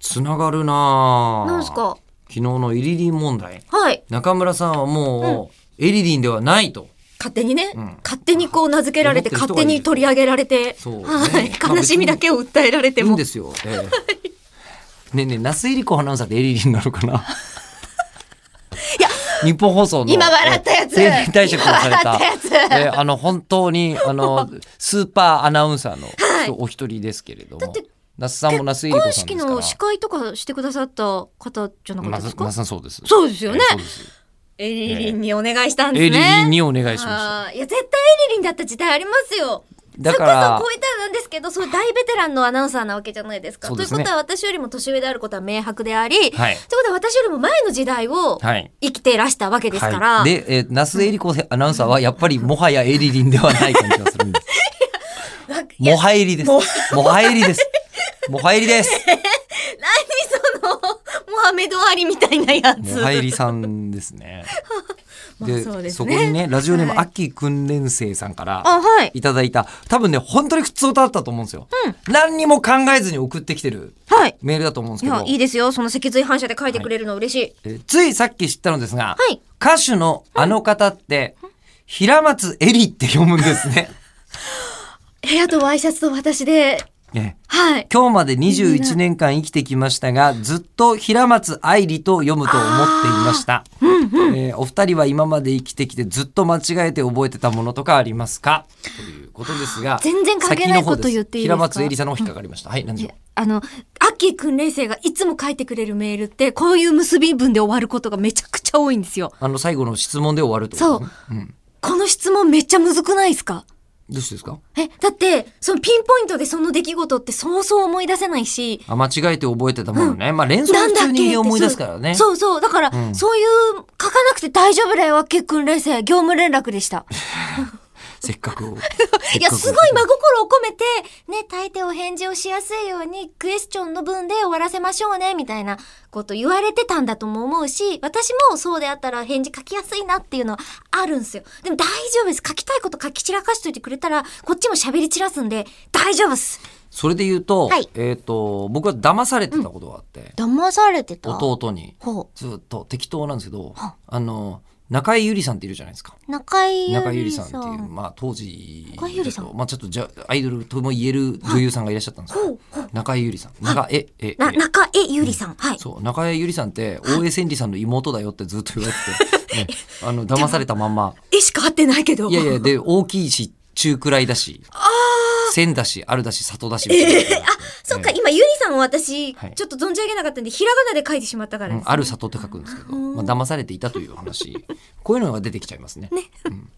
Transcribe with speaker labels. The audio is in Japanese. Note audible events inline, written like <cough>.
Speaker 1: つながるな
Speaker 2: なんすか
Speaker 1: 昨日のイリリン問題
Speaker 2: はい。
Speaker 1: 中村さんはもう、エリリンではないと
Speaker 2: 勝手にね、
Speaker 1: うん
Speaker 2: 勝手にこう名付けられて、
Speaker 1: 思ってる人
Speaker 2: 勝
Speaker 1: がい
Speaker 2: 手
Speaker 1: る
Speaker 2: に取り上げられて、
Speaker 1: そう
Speaker 2: はい
Speaker 1: ね。
Speaker 2: 悲しみだけを訴えられて
Speaker 1: 言うん
Speaker 2: も
Speaker 1: で。すよ、
Speaker 2: <laughs>
Speaker 1: ええねえねえ那須入子アナウンサーでエリリンなのかな
Speaker 2: いや、
Speaker 1: 日本放送の
Speaker 2: 今笑ったやつ
Speaker 1: ええ定年退職をされた
Speaker 2: 今笑ったやつ
Speaker 1: ええあの本当にあ
Speaker 2: <laughs>
Speaker 1: のスーパーアナウンサーの
Speaker 2: はい
Speaker 1: お一人ですけれども、
Speaker 2: だって
Speaker 1: 那須さんも那須入子
Speaker 2: 結婚
Speaker 1: さんで
Speaker 2: 式
Speaker 1: すから
Speaker 2: の司会とかしてくださった方じゃなかっ
Speaker 1: 那
Speaker 2: たです
Speaker 1: 須
Speaker 2: か、
Speaker 1: 那須さんそうです
Speaker 2: そうですよね
Speaker 1: ええそうです
Speaker 2: エリリンにお願いしたんで
Speaker 1: エリ
Speaker 2: す
Speaker 1: リン
Speaker 2: ね。
Speaker 1: にお願いしま
Speaker 2: あーいや、絶対エリリンだった時代ありますよ。
Speaker 1: すだから
Speaker 2: それこそ超えたらなんですけど、そういう大ベテランのアナウンサーなわけじゃないですか。
Speaker 1: そうですね
Speaker 2: ということは私よりも年上であることは明白であり、というこ
Speaker 1: はい
Speaker 2: とは私よりも前の時代を
Speaker 1: はい
Speaker 2: 生きていらしたわけですから、
Speaker 1: はい、で、えー、那須恵理子アナウンサーはやっぱりもはやエリリンではない感じがするんです
Speaker 2: <laughs> なんかいや
Speaker 1: もはエリですもはエリですもはエリ
Speaker 2: <laughs>
Speaker 1: です
Speaker 2: 何その、モハメド・アリみたいなやつ。
Speaker 1: もはエリさんですね
Speaker 2: <laughs> まあそうですね
Speaker 1: こにねラジオネーム、
Speaker 2: はい
Speaker 1: 秋訓練生さんから
Speaker 2: あ、はい。
Speaker 1: いただいた多分ね本当に普通歌だったと思うんですよ、何にも考えずに送ってきてる
Speaker 2: はい。
Speaker 1: メールだと思うんです
Speaker 2: い
Speaker 1: けど
Speaker 2: や、いいですよ。その脊髄反射で書いてくれるの嬉しい。
Speaker 1: えーついさっき知ったのですが、
Speaker 2: はい
Speaker 1: 歌手のあの方って、平松エリって読むんです
Speaker 2: <laughs>
Speaker 1: ね。
Speaker 2: 部屋とワイシャツと私で、
Speaker 1: ね
Speaker 2: はい。
Speaker 1: 今日まで21年間生きてきましたが、ずっと平松愛理と読むと思っていました。えーお二人は今まで生きてきてずっと間違えて覚えてたものとかありますかということですが、
Speaker 2: 全然関係ないこと言っていいで
Speaker 1: 先の方平
Speaker 2: すか
Speaker 1: 松愛理さんの方引っかかりました。はい、何でしょう。
Speaker 2: あの、アッキー訓練生がいつも書いてくれるメールって、こういう結び文で終わることがめちゃくちゃ多いんですよ。
Speaker 1: あの、最後の質問で終わるってことねうん。
Speaker 2: この質問めっちゃむずくないですか
Speaker 1: どうしてですか
Speaker 2: え、だって、そのピンポイントでその出来事ってそうそう思い出せないし、
Speaker 1: あ間違えて覚えてたものね。まあ、連想
Speaker 2: な
Speaker 1: の
Speaker 2: んだっ
Speaker 1: 普通
Speaker 2: け
Speaker 1: に
Speaker 2: って
Speaker 1: 思い出すからね。
Speaker 2: そうそうそう。だから、
Speaker 1: ん
Speaker 2: そういう、書かなくて大丈夫だよ、アッキー訓練生。業務連絡
Speaker 1: <laughs>
Speaker 2: でした。
Speaker 1: せっかく。
Speaker 2: <laughs> いや、すごい真心を込めて、ね、大抵お返事をしやすいように、クエスチョンの文で終わらせましょうね、みたいなこと言われてたんだとも思うし、私もそうであったら返事書きやすいなっていうのはあるんですよ。でも大丈夫です。書きたいこと書き散らかしといてくれたら、こっちも喋り散らすんで、大丈夫っす。
Speaker 1: それで言うと、
Speaker 2: はい
Speaker 1: えっ、と、僕は騙されてたことがあって、
Speaker 2: 騙されてた。
Speaker 1: 弟に、
Speaker 2: ほ
Speaker 1: ずっと適当なんですけど、あの、中井ゆりさんっているじゃないですか。
Speaker 2: う。中井
Speaker 1: 中井ゆりさんっていう、まあ当時
Speaker 2: 中井ゆりさん
Speaker 1: まあちょっとじゃアイドルとも言える女優さんがいらっしゃったんです
Speaker 2: ほ
Speaker 1: よ
Speaker 2: うほう。
Speaker 1: 中井ゆりさん。中ええ
Speaker 2: な、
Speaker 1: え
Speaker 2: 中江ゆりさん。はい。
Speaker 1: そう中井ゆりさんって大江千里さんの妹だよってずっと言わ
Speaker 2: <laughs>
Speaker 1: れてて、ね、あの騙されたまんま。
Speaker 2: 絵しか合ってないけど。
Speaker 1: いやいやで大きいし中くらいだし、千だしあるだし里だしみたいな
Speaker 2: ええあ、そっか、今、ゆりさんを私、
Speaker 1: はい
Speaker 2: ちょっと存じ上げなかったんで、ひらがなで書いてしまったから
Speaker 1: う
Speaker 2: です、
Speaker 1: んある里って書くんですけど、まあ騙されていたという話こういうのが出てきちゃいますね。うん